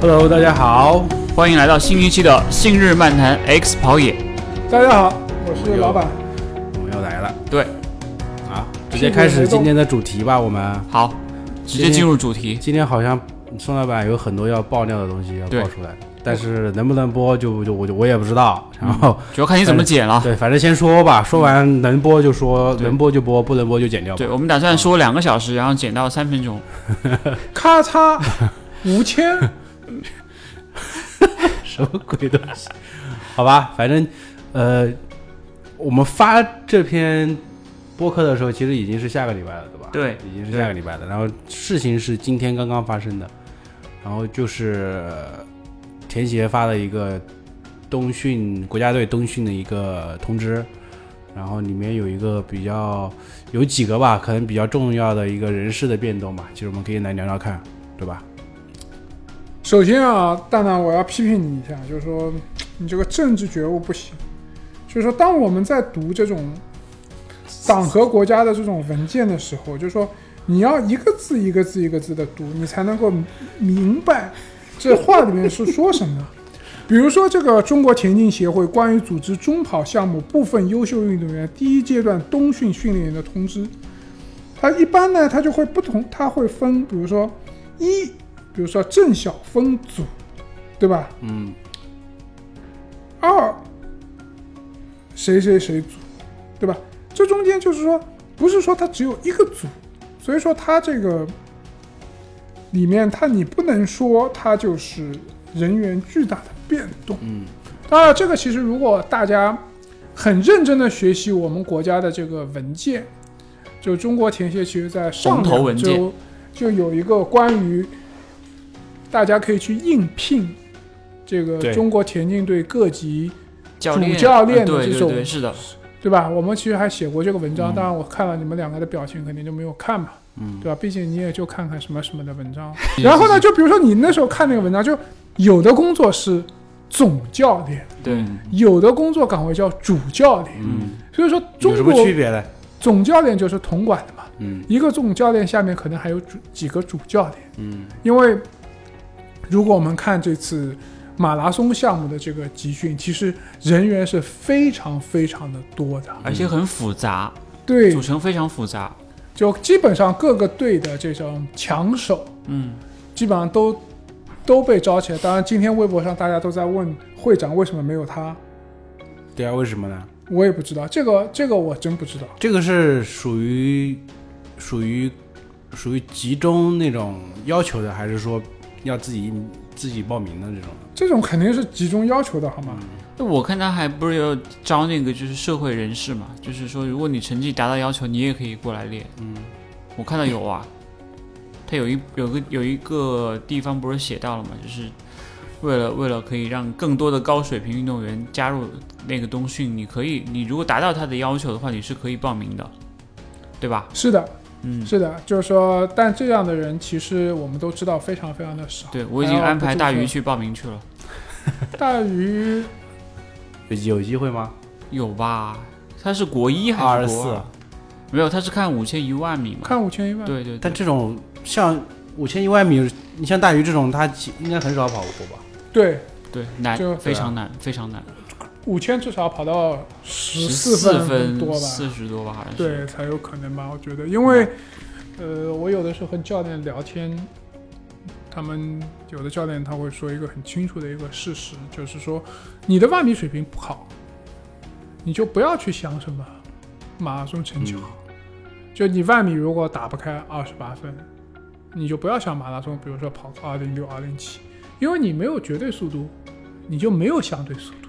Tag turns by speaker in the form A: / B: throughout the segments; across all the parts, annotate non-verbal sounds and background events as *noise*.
A: Hello，大家好，
B: 欢迎来到新一期的《信日漫谈 X 跑野》。
C: 大家好，我是老板。
A: 我们又来了
B: 对，
A: 啊！直接开始今天的主题吧，我们
B: 好，直接进入主题。
A: 今天好像宋老板有很多要爆料的东西要
B: 对
A: 爆出来，但是能不能播就就我就我也不知道。然后、
B: 主要看你怎么剪了。
A: 对，反正先说吧，说完能播就说，
B: 嗯对
A: 能播就播，不能播就剪掉吧
B: 对，。我们打算说两个小时，然后剪到三分钟。
C: 咔 *laughs* 嚓，五千，
A: 什么鬼东西？好吧，反正呃，我们发这篇播客的时候，其实已经是下个礼拜了，对吧？
B: 对，
A: 已经是下个礼拜了。然后事情是今天刚刚发生的，然后就是呃田协发了一个冬训国家队冬训的一个通知，然后里面有一个比较有几个吧，可能比较重要的一个人事的变动吧，其实我们可以来聊聊看，对吧？
C: 首先啊，蛋蛋，我要批评你一下，就是说你这个政治觉悟不行。就是说，当我们在读这种党和国家的这种文件的时候，就是说你要一个字一个字一个字的读，你才能够明白这话里面是说什么。 *laughs* 比如说，这个中国田径协会关于组织中跑项目部分优秀运动员第一阶段冬训训练营的通知，它一般呢，它就会不同，它会分，比如说一，比如说正小分组，对吧？
A: 嗯，
C: 二谁谁谁组，对吧？这中间就是说，不是说它只有一个组，所以说它这个里面它你不能说它就是人员巨大的变动。
A: 嗯，
C: 当然这个其实如果大家很认真的学习我们国家的这个文件，就中国田协其实在上
B: 红头文
C: 两
B: 件
C: 周就有一个关于大家可以去应聘这
A: 对
C: 个中国田径队各级
B: 教练，
C: 主教练
B: 嗯对
C: 的这
B: 对
C: 种
B: 对，是的，
C: 对吧？我们其实还写过这个文章，
B: 嗯
C: 当然我看了你们两个的表情，肯定就没有看嘛，
A: 嗯
C: 对吧？毕竟你也就看看什么什么的
B: *laughs*
C: 文章。然后呢，就比如说你那时候看那个文章，就有的工作是总教练，
B: 对，
C: 有的工作岗位叫主教练。
A: 嗯，
C: 所以说，
A: 有
C: 中
A: 什么
C: 国
A: 区别呢？
C: 总教练就是统管的嘛，
A: 嗯
C: 一个总教练下面可能还有主几个主教练。
A: 嗯
C: 因为如果我们看这次马拉松项目的这个集训，其实人员是非常非常的多的。
B: 而且很复杂，
C: 对
B: 组，成非常复杂。
C: 就基本上各个队的这种强手，
B: 嗯，
C: 基本上都都被招起来。当然，今天微博上大家都在问会长为什么没有他，
A: 对啊，为什么呢？
C: 我也不知道，这个这个我真不知道。
A: 这个是属于属于属于集中那种要求的，还是说要自己自己报名的这种？
C: 这种肯定是集中要求的，好吗？
B: 那我看他还不是有招那个就是社会人士嘛，就是说如果你成绩达到要求，你也可以过来练。
A: 嗯，
B: 我看到有啊，他有一有个有一个地方不是写到了嘛，就是为了为了可以让更多的高水平运动员加入那个冬训，你可以你如果达到他的要求的话，你是可以报名的，对吧？
C: 是的，
B: 嗯，
C: 是的，就是说，但这样的人其实我们都知道非常非常的少。
B: 对我已经
C: 还要
B: 安排大
C: 不
B: 鱼
C: 注册，
B: 去报名去了，
C: 大鱼
A: 有有机会吗？
B: 有吧？他是国一还
A: 二
B: 是啊
A: 十
B: 国
A: 四
B: 二？，没有，他是看五千一万米嘛。
C: 看五千一万，
B: 对对对
A: 但，这种像五千一万米，你像大鱼这种，他其应该很少跑过吧？
C: 对，
B: 对难
C: 就，
B: 非常难，非常难，
C: 五千至少跑到十
B: 四
C: 分多吧，
B: 四十多吧，好像是。
C: 对，才有可能吧，我觉得，因为，呃，我有的时候和教练聊天，他们有的教练他会说一个很清楚的一个事实，就是说你的万米水平不好，你就不要去想什么马拉松成绩
A: 嗯
C: 好，就你万米如果打不开二十八分，你就不要想马拉松，比如说跑个二零六、二零七，因为你没有绝对速度，你就没有相对速度，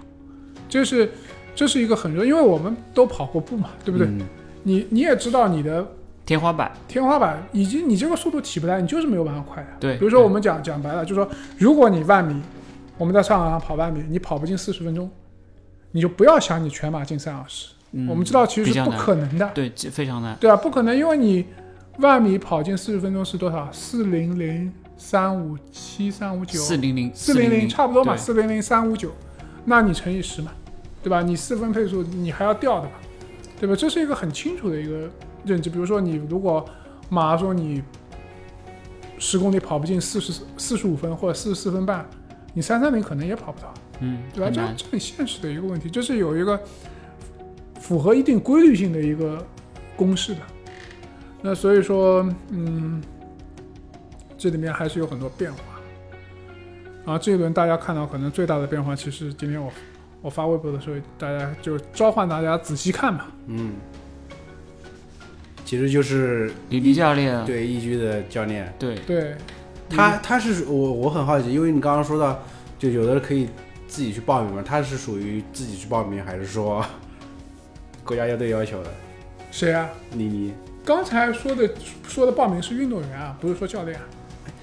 C: 这是。这是一个很热，因为我们都跑过步嘛，
A: 对
C: 对不对？
A: 嗯、
C: 你你也知道你的
B: 天花板，
C: 天花板以及你这个速度起不来，你就是没有办法快啊。
B: 对
C: 比如说我们讲讲白了，就是说如果你万米，我们在上海上跑万米，你跑不进四十分钟，你就不要想你全马进三小时。
B: 嗯，
C: 我们知道其实
B: 比
C: 是
B: 较
C: 不
B: 难
C: 可能的，
B: 对，这非常难。
C: 对啊，不可能，因为你万米跑进四十分钟是多少？四零零三五七三五九
B: 四零零
C: 四零零差不多嘛，
B: 对
C: 四零零三五九，那你乘以十嘛，对吧？你四分配速你还要掉的嘛，对吧？这是一个很清楚的一个认知。比如说，你如果马拉松你十公里跑不进四十四十五分或者四十四分半，你三三零可能也跑不到，
B: 嗯，
C: 对吧？
B: 很
C: 这
B: 难
C: 这很现实的一个问题，这是有一个符合一定规律性的一个公式的。那所以说，嗯，这里面还是有很多变化。啊，这一轮大家看到可能最大的变化，其实今天我我发微博的时候，大家就召唤大家仔细看嘛。
A: 嗯，其实就是
B: 李迪教练啊，
A: 对易居的教练，
B: 对
C: 对，嗯
A: 他他是我我很好奇，因为你刚刚说到，就有的可以自己去报名嘛，他是属于自己去报名，还是说国家乐队要求的？
C: 谁啊？
A: 你你
C: 刚才说的说的报名是运动员啊，不是说教练啊。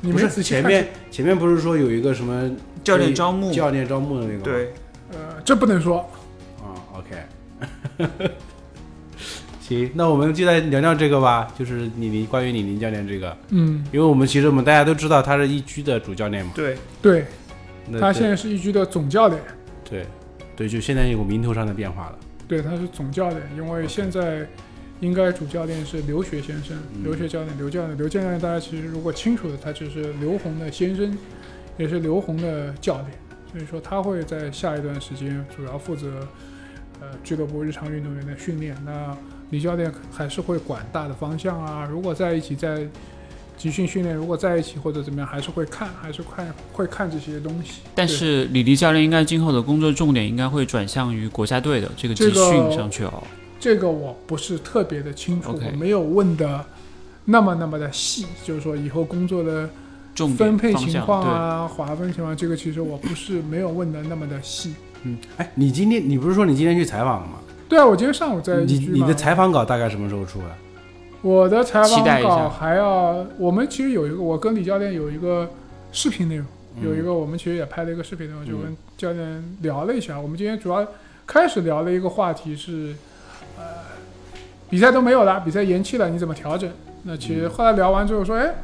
C: 你
A: 不
C: 们
A: 是
C: 仔细
A: 前
C: 看
A: 面前面不是说有一个什么
B: 教练招募，
A: 教练招募的那个吗？
B: 对，
C: 呃，这不能说。
A: 啊、o k *laughs* 行，那我们就来聊聊这个吧，就是李宁关于李宁教练这个，
C: 嗯，
A: 因为我们其实我们大家都知道他是一居的主教练嘛，
B: 对，
C: 对
A: 那
C: 他
A: 对
C: 现在是一居的总教练，
A: 对对，就现在有名头上的变化了，
C: 对，他是总教练，因为现在应该主教练是刘学先生，
A: 嗯
C: 刘学教练，刘教练，刘教练，大家其实如果清楚的，他就是刘宏的先生，也是刘宏的教练，所以说他会在下一段时间主要负责呃俱乐部日常运动员的训练。那李教练还是会管大的方向啊，如果在一起在集训训练，如果在一起或者怎么样，还是会看，还是看会看这些东西。
B: 但
C: 对
B: 是李迪教练应该今后的工作重点应该会转向于国家队的这个集
C: 这个
B: 训上去哦。
C: 这个我不是特别的清楚
B: OK
C: 我没有问的那么那么的细，就是说以后工作的
B: 重点
C: 分配
B: 方
C: 情
B: 向
C: 况啊、划分情况，这个其实我不是没有问的那么的细。
A: 嗯，哎，你今天你不是说你今天去采访了吗？
C: 对啊，我今天上午在
A: 你
C: 一居
A: 你
C: 嘛
A: 的采访稿大概什么时候出啊来？
C: 我的采
B: 期待一
C: 访
B: 下
C: 稿还要，我们其实有一个，我跟李教练有一个视频内容，
A: 嗯
C: 有一个我们其实也拍了一个视频内容，就跟教练聊了一下。我们今天主要开始聊的一个话题是，呃，比赛都没有了，比赛延期了，你怎么调整？那其实后来聊完之后说，
A: 嗯
C: 哎，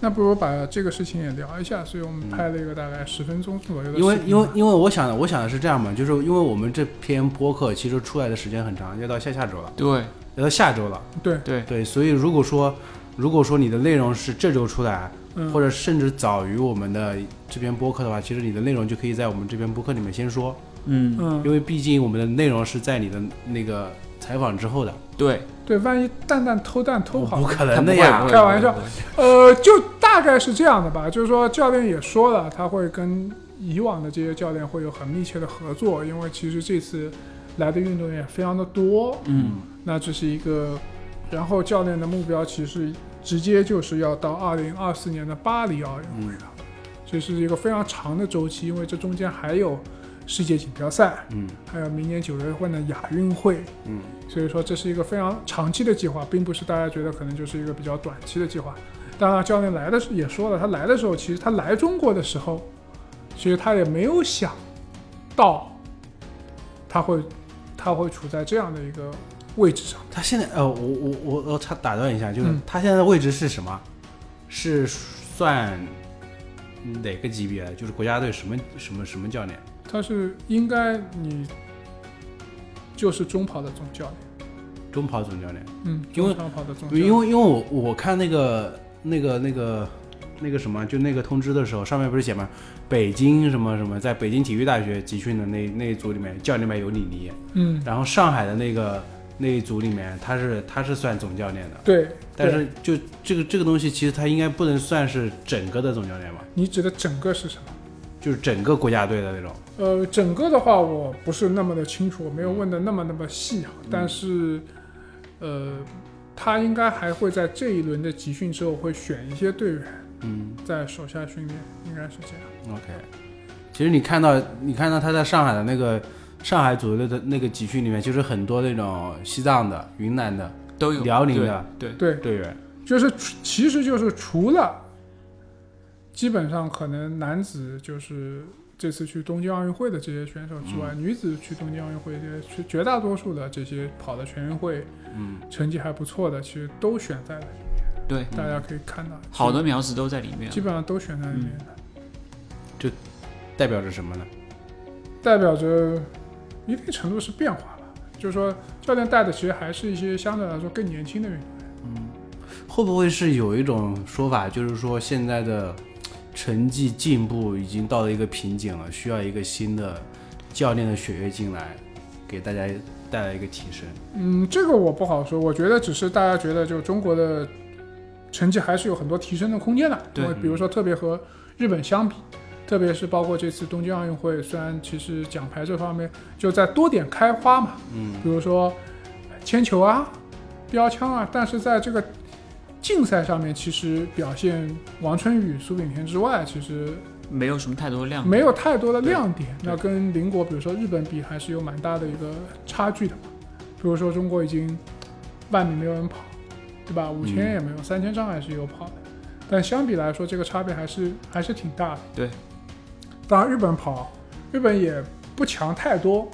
C: 那不如把这个事情也聊一下，所以我
A: 嗯
C: 们拍了一个大概十分钟左右的视频
A: 因
C: 吧。
A: 为因为因为我想的我想的是这样嘛，就是因为我们这篇播客其实出来的时间很长，要到下下周了，
C: 啊
B: 对
A: 要到下周了，
C: 对，
B: 对
A: 对，所以如果说如果说你的内容是这周出来，
C: 嗯，
A: 或者甚至早于我们的这篇播客的话，其实你的内容就可以在我们这篇播客里面先说，
B: 嗯，
C: 嗯，
A: 因为毕竟我们的内容是在你的那个采访之后的，
B: 对，
C: 对，万一蛋蛋偷蛋偷好
A: 不
C: 了
A: 可
B: 他
A: 能
B: 不
A: 的
B: 会
A: 呀
B: 不。会
C: 开玩笑
B: 不会不会
C: 呃，就大概是这样的吧，就是说教练也说了，他会跟以往的这些教练会有很密切的合作，因为其实这次来的运动员也非常的多，
B: 嗯，
C: 那这是一个，然后教练的目标其实直接就是要到二零二四年的巴黎奥运
A: 嗯
C: 会了，这是一个非常长的周期，因为这中间还有世界锦标赛，
A: 嗯
C: 还有明年九月份的亚运会，
A: 嗯
C: 所以说这是一个非常长期的计划，并不是大家觉得可能就是一个比较短期的计划。当然，教练来的时也说了，他来的时候，其实他来中国的时候，其实他也没有想到他会他会处在这样的一个位置上。
A: 他现在呃，我我我我插打断一下，就是
C: 嗯
A: 他现在的位置是什么？是算哪个级别的？就是国家队什么什么什么教练？
C: 他是应该你就是中跑的总教练，
A: 中跑总教练？
C: 嗯，
A: 因为
C: 中长跑的总教
A: 因
C: 练，
A: 为因为我我看那个那个那个那个什么，就那个通知的时候，上面不是写吗？北京什么什么，在北京体育大学集训的那那一组里面，教练里面有李尼，
C: 嗯，
A: 然后上海的那个那一组里面，他是他是算总教练的，
C: 对。
A: 但
C: 对
A: 是就这个这个东西，其实他应该不能算是整个的总教练吧，
C: 你指的整个是什么？
A: 就是整个国家队的那种。
C: 呃，整个的话我不是那么的清楚，我没有问的那么那么细啊。
A: 嗯
C: 但是，呃，他应该还会在这一轮的集训之后，会选一些队员
A: 嗯
C: 在手下训练，应该是这样。
A: ，OK。其实你看到你看到他在上海的那个上海组队的那个集训里面，就是很多那种西藏的、云南的、
B: 都
A: 嗯
B: 有
A: 辽宁的
B: 对，对
C: 对，
A: 队员。
C: 就是除其实就是除了，基本上可能男子就是这次去东京奥运会的这些选手之外，
A: 嗯
C: 女子去东京奥运会这些绝绝大多数的这些跑的全运会
A: 嗯，
C: 成绩还不错的，其实都选在了，
B: 对，
C: 大家可以看到，
B: 好的嗯苗子都在里面
C: 基。本上都选在里面的。
A: 代表着什么呢？
C: 代表着一定程度是变化吧。就是说教练带的其实还是一些相对来说更年轻的运动员。
A: 会不会是有一种说法，就是说现在的成绩进步已经到了一个瓶颈了，需要一个新的教练的血液进来，给大家带来一个提升？
C: 嗯，这个我不好说，我觉得只是大家觉得就中国的成绩还是有很多提升的空间的，
B: 对
C: 因为比如说特别和日本相比，特别是包括这次东京奥运会，虽然其实奖牌这方面就在多点开花嘛，
A: 嗯，
C: 比如说铅球啊、标枪啊，但是在这个竞赛上面，其实表现王春雨、苏炳添之外，其实
B: 没有什么太多亮点，
C: 没有太多的亮点。
B: 对
C: 那跟邻国，比如说日本比，还是有蛮大的一个差距的嘛。比如说中国已经万米没有人跑，对吧？五千也没有，三千障碍是有跑的，但相比来说，这个差别还是还是挺大的。
B: 对，
C: 当然日本跑，日本也不强太多，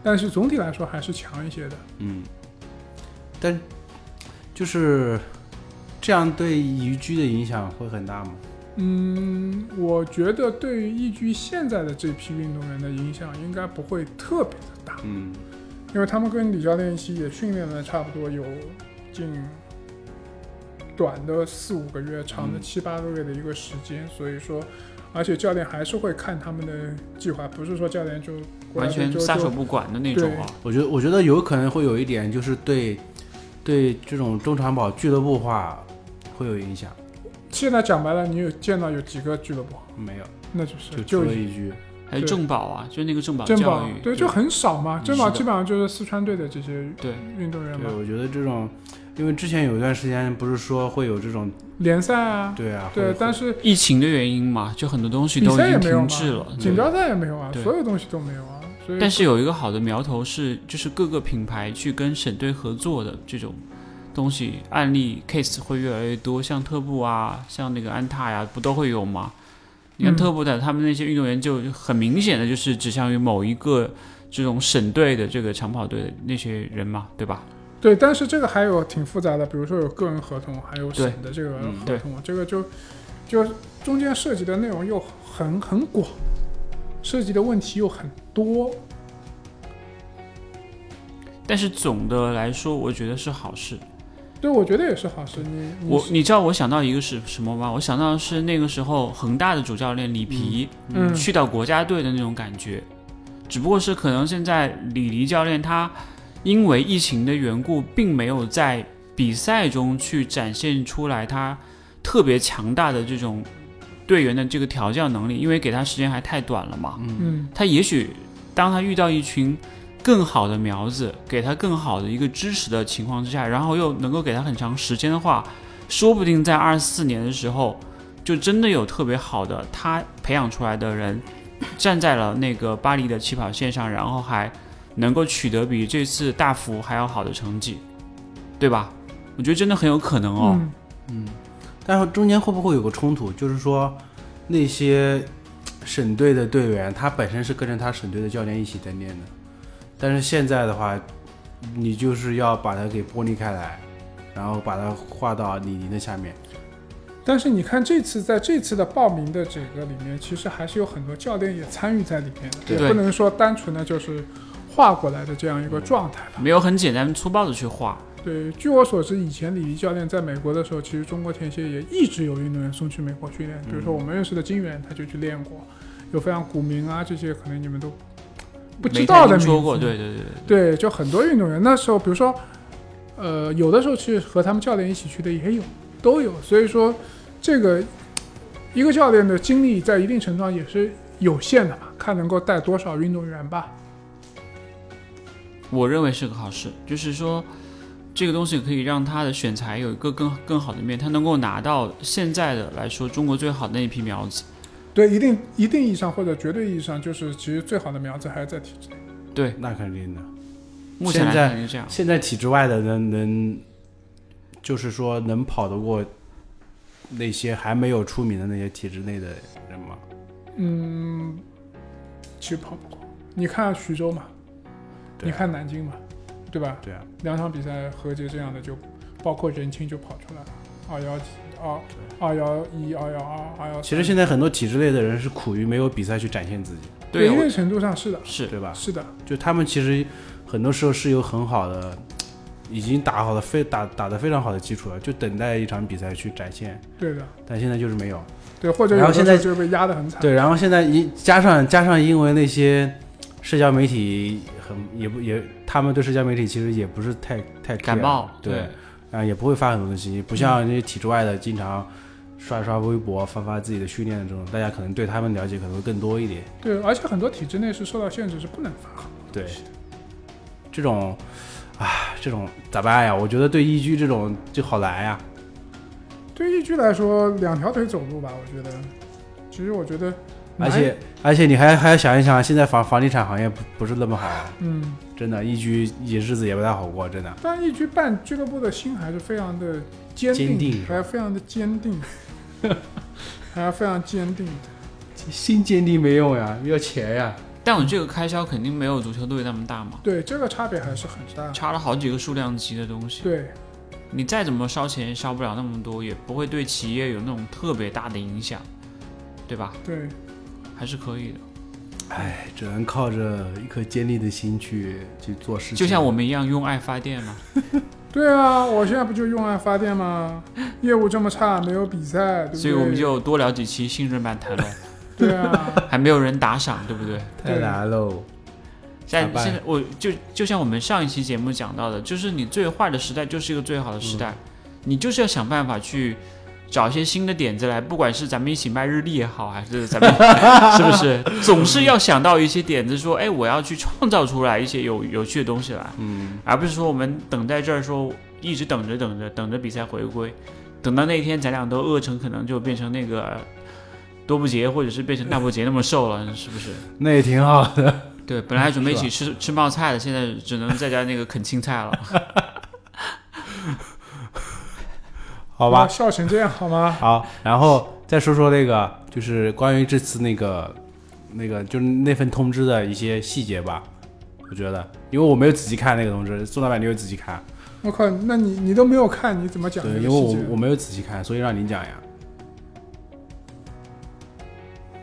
C: 但是总体来说还是强一些的。
A: 嗯，但就是这样对宜居的影响会很大吗？
C: 嗯，我觉得对于易居现在的这批运动员的影响应该不会特别的大，
A: 嗯
C: 因为他们跟李教练一起也训练了差不多有近短的四五个月，长的
A: 嗯
C: 七八个月的一个时间，所以说，而且教练还是会看他们的计划，不是说教练就过来
B: 完全
C: 就
B: 撒
C: 就
B: 手不管的那种啊。
A: 我觉得，我觉得有可能会有一点，就是对对这种中长跑俱乐部化会有影响。
C: 现在讲白了，你有见到有几个俱乐部？
A: 没有，
C: 那就是
A: 就除了
C: 一
A: 宜居。
B: 还有
C: 对
B: 郑宝啊，就是那个郑宝
C: 珍
B: 教
C: 宝
B: 育，，
C: 对，就很少嘛。珍宝
B: 是的
C: 基本上就是四川队的这些
B: 对
C: 运动员
A: 对，
C: 嘛，
A: 我觉得这种，因为之前有一段时间不是说会有这种，
C: 联赛啊，
A: 对啊，
C: 对，但
A: 是
C: 是
B: 疫情的原因嘛，就很多东西
C: 比
B: 都已
C: 赛也
B: 经
C: 没
B: 停
C: 有嘛
B: 滞了。
C: 锦标赛也没有啊，
B: 对
C: 所有东西都没有啊，所以
B: 但是有一个好的苗头是，就是各个品牌去跟省队合作的这种东西案例 case 会越来越多，像特步啊，像那个安踏呀、不都会有吗？你看
C: 嗯
B: 特步的他们那些运动员就很明显的就是指向于某一个这种省队的这个长跑队的那些人嘛，对吧？
C: 对，但是这个还有挺复杂的，比如说有个人合同，还有省的这个
A: 嗯
C: 合同，啊这个就就中间涉及的内容又很很广，涉及的问题又很多，
B: 但是总的来说，我觉得是好事。
C: 对我觉得也嗯是好事。你你
B: 我你知道我想到一个是什么吗？我想到的是那个时候恒大的主教练里皮，
C: 嗯嗯
B: 去到国家队的那种感觉，只不过是可能现在李黎教练他因为疫情的缘故，并没有在比赛中去展现出来他特别强大的这种队员的这个调教能力，因为给他时间还太短了嘛。
C: 嗯
B: 他也许当他遇到一群更好的苗子，给他更好的一个支持的情况之下，然后又能够给他很长时间的话，说不定在二四年的时候，就真的有特别好的他培养出来的人，站在了那个巴黎的起跑线上，然后还能够取得比这次大幅还要好的成绩，对吧？我觉得真的很有可能哦。
C: 嗯，
A: 但是中间会不会有个冲突？就是说，那些省队的队员，他本身是跟着他省队的教练一起在练的，但是现在的话，你就是要把它给剥离开来，然后把它划到李宁的下面。
C: 但是你看这次在这次的报名的这个里面，其实还是有很多教练也参与在里面的，
B: 对
C: 也不能说单纯的就是划过来的这样一个状态吧。
B: 没有很简单粗暴的去画，
C: 对，据我所知，以前李黎教练在美国的时候，其实中国田协也一直有运动员送去美国训练，
B: 嗯
C: 比如说我们认识的金元，他就去练过，有非常股民啊这些，可能你们都不知
B: 没
C: 道
B: 太听
C: 的名字。
B: 说过，对对对
C: 对，就很多运动员那时候，比如说，呃，有的时候去和他们教练一起去的也有，都有。所以说，这个一个教练的精力在一定程度上也是有限的嘛，看能够带多少运动员吧。
B: 我认为是个好事，就是说这个东西可以让他的选材有一个更更好的面，他能够拿到现在的来说中国最好的那一批苗子。
C: 对，一定一定意义上或者绝对意义上，就是其实最好的苗子还是在体制内。
B: 对，
A: 那肯定的。
B: 目前来
A: 现在
B: 看是这样。
A: 现在体制外的能能，就是说能跑得过那些还没有出名的那些体制内的人吗？
C: 嗯，其实跑不过。你看徐州嘛，
A: 对啊
C: 你看南京嘛，对吧？
A: 对啊，
C: 两场比赛和解这样的就，包括任清就跑出来了，二幺二二幺一、二幺二、二幺。
A: 其实现在很多体制内的人是苦于没有比赛去展现自己，
C: 对
B: 对，
C: 一定
B: 我
C: 程度上是的，
B: 是
A: 对吧？
C: 是的，
A: 就他们其实很多时候是有很好的，已经打好了非打打的非常好的基础了，就等待一场比赛去展现。
C: 对的，
A: 但现在就是没有。
C: 对，或者
A: 然后
C: 有的
A: 现
C: 时候
A: 在
C: 就被压得很惨。
A: 对，然后现在一加上加上因为那些社交媒体很也不也，他们对社交媒体其实也不是太太 care,
B: 感冒
A: 对，啊也不会发很多东西，不像那些体制外的经常刷刷微博发发自己的训练这种，大家可能对他们了解可能会更多一点。
C: 对，而且很多体制内是受到限制，是不能发。
A: 对，这种啊这种咋办呀？我觉得对一居这种就好啊难呀。
C: 对于一居来说，两条腿走路吧，我觉得。其实我觉得，
A: 而，且而且你还还要想一想，现在房房地产行业不不是那么好，
C: 嗯，
A: 真的，一居也日子也不太好过，真的。
C: 但一居办俱乐部的心还是非常的坚
A: 坚定是吧
C: 还非常的坚
A: *laughs*
C: 定，还非常坚定的。
A: 新坚定没用呀，要钱呀。
B: 但我这个开销肯定没有足球队那么大嘛，
C: 对，这个差别还是很
A: *laughs*
C: 大的。
B: 差了好几个数量级的东西。
C: 对，
B: 你再怎么烧钱，烧不了那么多，也不会对企业有那种特别大的影响，对吧？
C: 对，
B: 还是可以的。
A: 唉，只能靠着一颗坚定的心去去做事情。
B: 就像我们一样用爱发电嘛，
C: 对啊，我现在不就用爱发
A: *laughs*
C: 电吗？业务这么差，没有比赛，对不对？
B: 所以我们就多聊几期信任版谈论，
C: 对啊，
B: 还没有人打赏，对不对？
A: 太难喽，
B: 在
A: 咋办
B: 现在，我就就像我们上一期节目讲到的，就是你最坏的时代就是一个最好的时
A: 嗯
B: 代，你就是要想办法去找一些新的点子来，不管是咱们一起卖日历也好，还是
A: *laughs*
B: 咱们是不是，总是要想到一些点子说，哎，我要去创造出来一些有有趣的东西来，
A: 嗯，
B: 而不是说我们等在这儿说一直等着等着等着比赛回归，等到那一天咱俩都饿成可能就变成那个多布杰或者是变成纳布杰那么瘦了，是不是？
A: 那也挺好的。
B: 对，本来还准备一起吃吃冒菜的，现在只能在家那个啃青菜了。
A: *laughs* 好
C: 哇
A: 吧，
C: 笑成这样好吗？
A: 好，然后再说说那个，就是关于这次那个那个就是那份通知的一些细节吧。我觉得，因为我没有仔细看那个通知，宋老板你有仔细看？
C: 我靠，那你你都没有看，你怎么讲这
A: 对，
C: 个
A: 因
C: 细
A: 为
C: 节？
A: 我我没有仔细看，所以让你讲呀。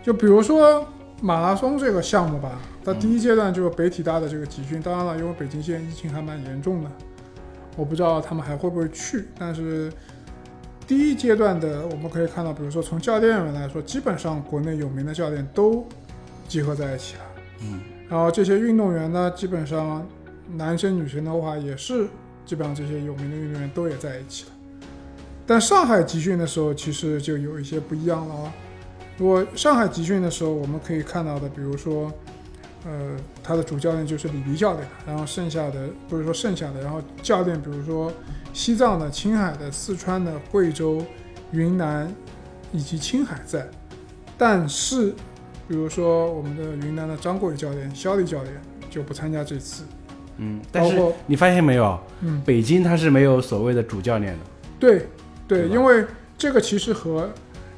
C: 就比如说马拉松这个项目吧，它第一阶段就是北体大的这个集训，当然了，因为北京现在疫情还蛮严重的，我不知道他们还会不会去，但是第一阶段的我们可以看到，比如说从教练员来说，基本上国内有名的教练都集合在一起了，
A: 嗯，
C: 然后这些运动员呢，基本上男生女生的话也是，基本上这些有名的运动员都也在一起了。但上海集训的时候，其实就有一些不一样了啊。如果上海集训的时候，我们可以看到的，比如说，呃，他的主教练就是李黎教练，然后剩下的不是说剩下的，然后教练比如说西藏的、青海的、四川的、贵州、云南以及青海在，但是比如说我们的云南的张国伟教练、肖丽教练就不参加这次，
A: 嗯，但
C: 包
A: 是
C: 括
A: 你发现没有，
C: 嗯，
A: 北京它是没有所谓的主教练的。
C: 对
A: 对
C: 对，
A: 吧
C: 因为这个其实和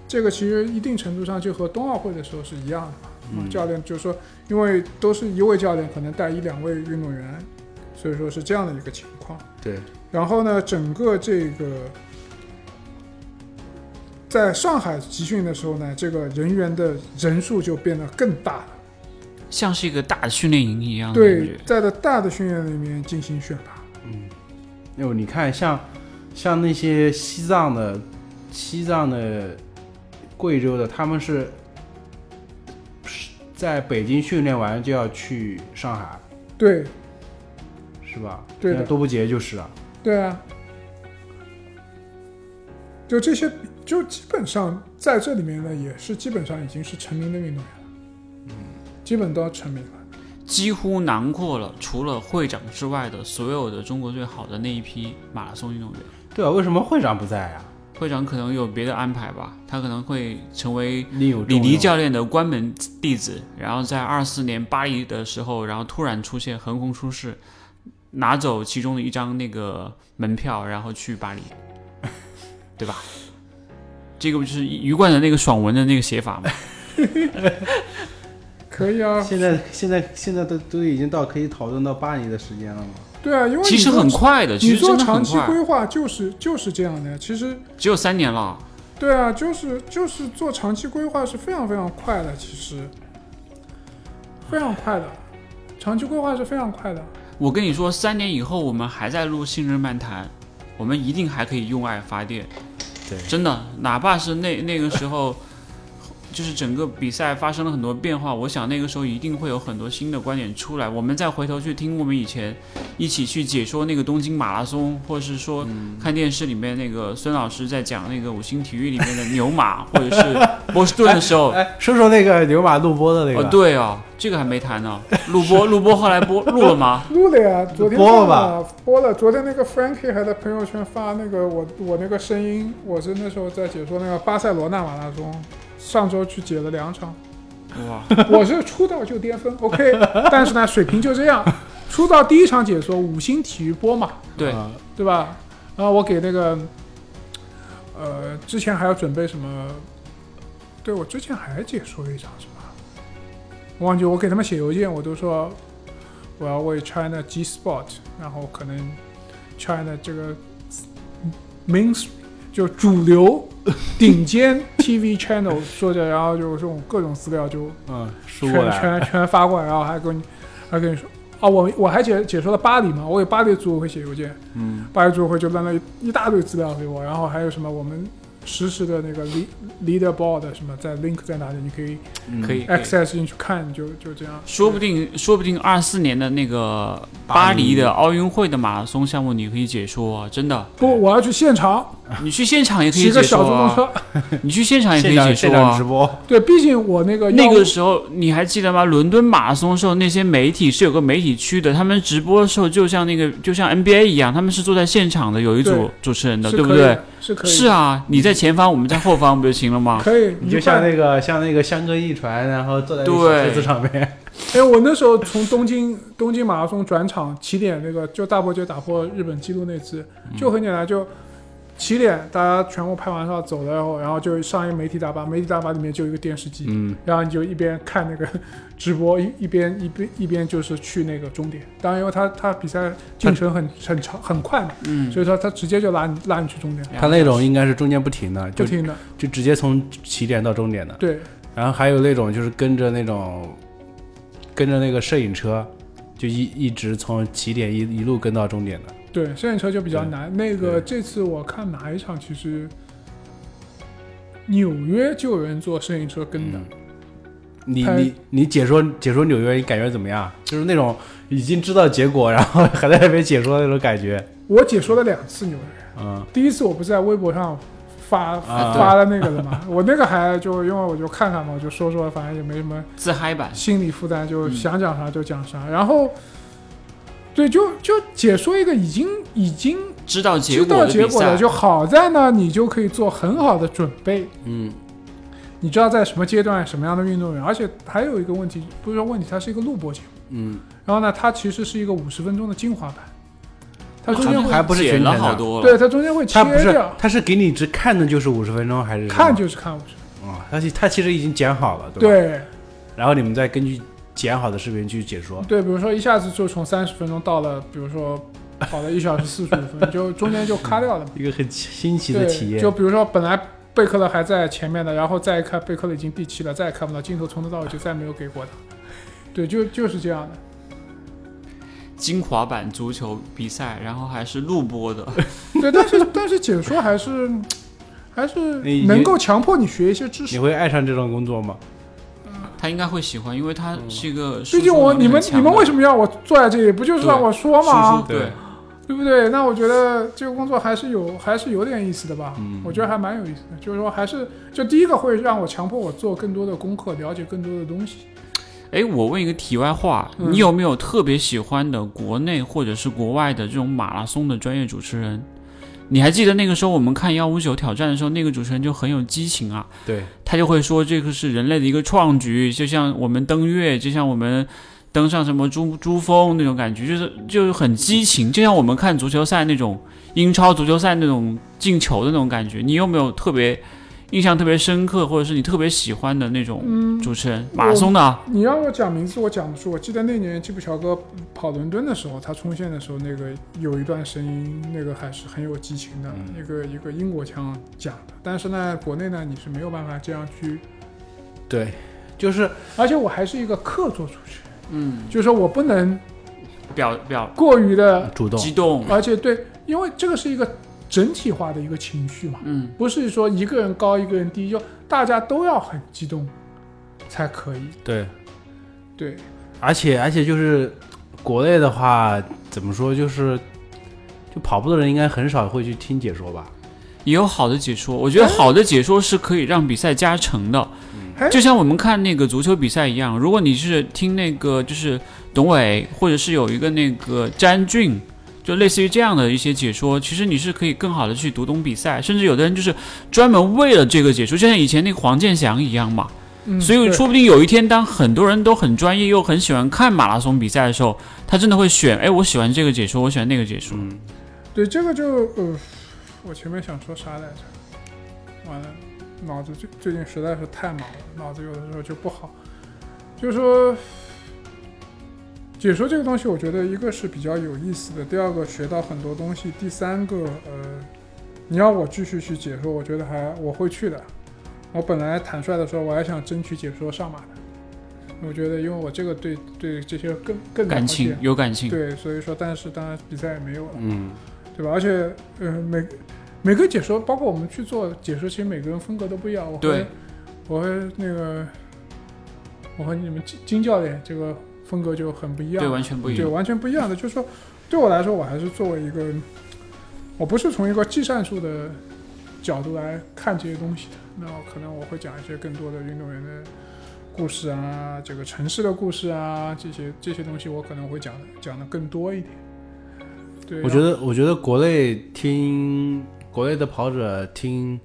C: 这个其实一定程度上就和冬奥会的时候是一样的嘛。
A: 嗯
C: 教练就是说，因为都是一位教练可能带一两位运动员，所以说是这样的一个情况。
A: 对，
C: 然后呢，整个这个在上海集训的时候呢，这个人员的人数就变得更大了。
B: 像是一个大的训练营一样的感
C: 对
B: 觉，，
C: 在的大的训练里面进行选拔。
A: 嗯，哟，你看像像那些西藏的、西藏的、贵州的，他们是是在北京训练完就要去上海，
C: 对
A: 是吧？
C: 对的
A: 像多布杰就是啊，
C: 对啊，就这些，就基本上在这里面呢，也是基本上已经是成名的运动员了，嗯，基本都成名了。
B: 几乎囊括了除了会长之外的所有的中国最好的那一批马拉松运动员。
A: 对啊，为什么会长不在啊？
B: 会长可能有别的安排吧，他可能会成为
A: 另有
B: 李
A: 重
B: 黎
A: 用
B: 教练的关门弟子，然后在二四年巴黎的时候，然后突然出现横空出世，拿走其中的一张那个门票，然后去巴黎， *laughs* 对吧？这个不就是一贯的那个爽文的那个写法吗？
C: 可以啊，
A: 现在现在现在都都已经到可以讨论到巴黎的时间了吗？
C: 对啊，因为你
B: 其实
C: 做
B: 很快的，其
C: 你
B: 实真
C: 做
B: 的很
C: 长期
B: 快，
C: 规划就是就是这样的呀。其实，
B: 只有三年了。
C: 对啊，就是就是做长期规划是非常非常快的，其实非常快的，长期规划是非常快的。
B: 我跟你说，三年以后我们还在录《信日漫谈》，我们一定还可以用爱发电。
A: 对
B: 真的，哪怕是那那个时候， *laughs* 就是整个比赛发生了很多变化，我想那个时候一定会有很多新的观点出来。我们再回头去听我们以前一起去解说那个东京马拉松，或者是说看电视里面那个孙老师在讲那个五星体育里面的牛马，或者是波士顿的时候，
A: 哎，说说那个牛马录播的那
B: 哦
A: 个，，
B: 对哦，这个还没谈呢。录播，录播后来播录了吗？
C: 录了呀，昨天
A: 播了
C: 放
A: 吧
C: 了，播了。昨天那个 Frankie 还在朋友圈发那个我我那个声音，我是那时候在解说那个巴塞罗那马拉松，上周去解了两场，
B: 哇，
C: 我是出道就巅峰，OK，但
A: *laughs*
C: 是呢水平就这样。出道第一场解说五星体育播嘛，
B: 对，
A: 啊
C: 对吧？然后我给那个，呃，之前还要准备什么？对我之前还解说一场什么，我忘记我给他们写邮件，我都说我要为 China G Sport，然后可能 China 这个 main 就主流顶尖 TV channel 说着，然后就这种各种资料就
A: 嗯，输
C: 全
A: 过来了，
C: 全全发过来，然后还跟你还跟你说。啊，我我还解解说了巴黎嘛，我给巴黎组委会写邮件，
B: 嗯，
C: 八月组委会就扔了一一大堆资料给我，然后还有什么我们实时的那个 lead leader board 什么在 link 在哪里，你可以
A: 嗯
B: 嗯可以，可以。
C: access 进去看，就就这样。
B: 说不定，说不定二四年的那个巴黎的奥运会的马拉松项目，你可以解说、啊，
C: *laughs*
B: 真的。
C: 不，我要去现场
B: 你去现场也可以
C: 骑
B: 解
C: 个小
B: 说、
C: 助风
B: 啊，
C: 车。
B: 你去现场也可
A: 现
B: 以
A: 场
B: 解
A: 现
B: 说
A: 场直
B: 啊。
A: 播，
C: 对，毕竟我那个
B: 那
C: 要
B: 个时候你还记得吗？伦敦马拉松的时候，那些媒体是有个媒体区的，他们直播的时候就像那个就像 NBA 一样，他们是坐在现场的，有一组
C: 对
B: 主持人的，
C: 是
B: 对不
C: 可以的
B: 对？？
C: 是可以，
B: 是，啊，你在前方，我们在后方，不就行了吗？
C: 可以。
A: 你就
C: 一块
A: 像那个像那个相隔一船，然后坐在那个
B: 对
A: 小车子上面，
C: 哎，我那时候从东京东京马拉松转场起点那个，就大伯爵打破日本纪录那次，就很简单，就起点大家全部拍完照走了，然后然后就上一媒体大巴，媒体大巴里面就有一个电视机，
A: 嗯，
C: 然后你就一边看那个 *laughs* 直播，一一边一边一边就是去那个终点。当然，因为他他比赛进程很很长很快嘛，
B: 嗯，
C: 所以说他直接就拉你拉你去终点，
A: 他那种应该是中间不停的，
C: 不
A: 就
C: 停的。
A: 就直接从起点到终点的。
C: 对，
A: 然后还有那种就是跟着那种跟着那个摄影车，就一一直从起点一一路跟到终点的。
C: 对，摄影车就比较
A: 对
C: 难。那个
A: 对
C: 这次我看哪一场，其实纽约就有人做摄影车跟
A: 嗯
C: 的，
A: 你
C: 他
A: 你你解说解说纽约，你感觉怎么样？就是那种已经知道结果，然后还在那边解说的那种感觉。
C: 我解说了两次纽约。
A: 嗯，
C: 第一次我不是在微博上发、
A: 啊
C: 发了那个的嘛，我那个还就因为我就看看嘛，我就说说，反正也没什么
B: 自嗨版，
C: 心理负担，就想讲啥就讲啥。然后，对，就就解说一个已经已经
B: 知道结
C: 知
B: 果
C: 道
B: 的
C: 结
B: 比
C: 果
B: 赛
C: 了，，就好在呢，你就可以做很好的准备。
A: 嗯，
C: 你知道在什么阶段什么样的运动员，而且还有一个问题，不是说问题，它是一个录播节目，
A: 嗯，
C: 然后呢，它其实是一个五十分钟的精华版，它中间
B: 还
C: 会
A: 还不是
B: 减
A: 全程
B: 了
A: 的
B: 好多了。
C: 对它中间会切
A: 他不是
C: 掉，
A: 他是给你只看的就是五十分钟还是什么
C: 看就是看五十，
A: 啊？他其他其实已经剪好了，对吧？
C: 对
A: 然后你们再根据剪好的视频去解说。
C: 对，比如说一下子就从三十分钟到了，比如说跑了一小时四十五分，就中间就卡掉了嘛，
A: 一个很新奇的体
C: 对，
A: 验，
C: 就比如说本来。贝克勒还在前面的，然后再一看贝克勒已经第七了，再也看不到镜头，从头到尾就再没有给过他。 *laughs* 对，就就是这样的。
B: 精华版足球比赛，然后还是录播的， *laughs*
C: 对，但是但是解说还是还是
A: 你
C: 能够强迫你学一些知
A: 你
C: 识。
A: 会爱上这种工作吗？
B: 他应该会喜欢，因为他是一个输
C: 嗯
B: 出能力很强的。
C: 毕竟我你们你们为什么要我坐在这里？不就是让我说
B: 输
C: 吗
B: 出？对，
C: 对不对？那我觉得这个工作还是有还是有点意思的吧。
A: 嗯
C: 我觉得还蛮有意思的，就是说还是就第一个会让我强迫我做更多的功课，了解更多的东西。
B: 哎，我问一个题外话，
C: 嗯
B: 你有没有特别喜欢的国内或者是国外的这种马拉松的专业主持人？你还记得那个时候我们看幺五九挑战的时候，那个主持人就很有激情啊，
A: 对，
B: 他就会说这个是人类的一个创举，就像我们登月，就像我们登上什么珠珠峰那种感觉，就是就是很激情，就像我们看足球赛那种英超足球赛那种进球的那种感觉。你有没有特别印象特别深刻，或者是你特别喜欢的那种
C: 嗯，
B: 主持人？马拉松的啊，
C: 你让我讲名字，我讲不出。我记得那年基普乔格跑伦敦的时候，他冲线的时候，那个有一段声音，那个还是很有激情的，
A: 嗯
C: 一个一个英国腔讲的。但是呢，国内呢，你是没有办法这样去。
A: 对，就是
C: 而且我还是一个客座主持人，
B: 嗯，
C: 就是说我不能
B: 表表
C: 过于的，
A: 主动
B: 激动，
C: 而且对，因为这个是一个整体化的一个情绪嘛，
B: 嗯，
C: 不是说一个人高一个人低，就大家都要很激动才可以。
A: 对，
C: 对，
A: 而且而且就是国内的话，怎么说就是就跑步的人应该很少会去听解说吧？
B: 也有好的解说，我觉得好的解说是可以让比赛加成的
C: 哎，
B: 就像我们看那个足球比赛一样，如果你是听那个就是董伟，或者是有一个那个詹俊。就类似于这样的一些解说，其实你是可以更好的去读懂比赛，甚至有的人就是专门为了这个解说，就像以前那个黄健翔一样嘛。
C: 嗯，
B: 所以
C: 对
B: 说不定有一天，当很多人都很专业又很喜欢看马拉松比赛的时候，他真的会选，哎，我喜欢这个解说，我喜欢那个解说。
A: 嗯，
C: 对这个就呃，我前面想说啥来着？完了，脑子最最近实在是太忙了，脑子有的时候就不好。就是说，解说这个东西，我觉得一个是比较有意思的，第二个学到很多东西，第三个呃，你要我继续去解说，我觉得还我会去的。我本来坦率的说，我还想争取解说上马的，我觉得因为我这个对对这些更更
B: 感
C: 了
B: 情
C: 解
B: 有感情，
C: 对，所以说，但是当然比赛也没有了。
A: 嗯，
C: 对吧？而且，呃，每每个解说，包括我们去做解说，其实每个人风格都不一样。我
B: 对
C: 会，我会那个，我和你们金金教练这个风格就很不一样，
B: 对，完全不一
C: 对
B: 样。
C: 完全不一样的。就是说，对我来说，我还是作为一个，我不是从一个技战术的角度来看这些东西的。那我可能我会讲一些更多的运动员的故事啊，这个城市的故事啊，这些这些东西，我可能会讲的讲的更多一点。对，啊
A: 我觉得我觉得国内听国内的跑者听，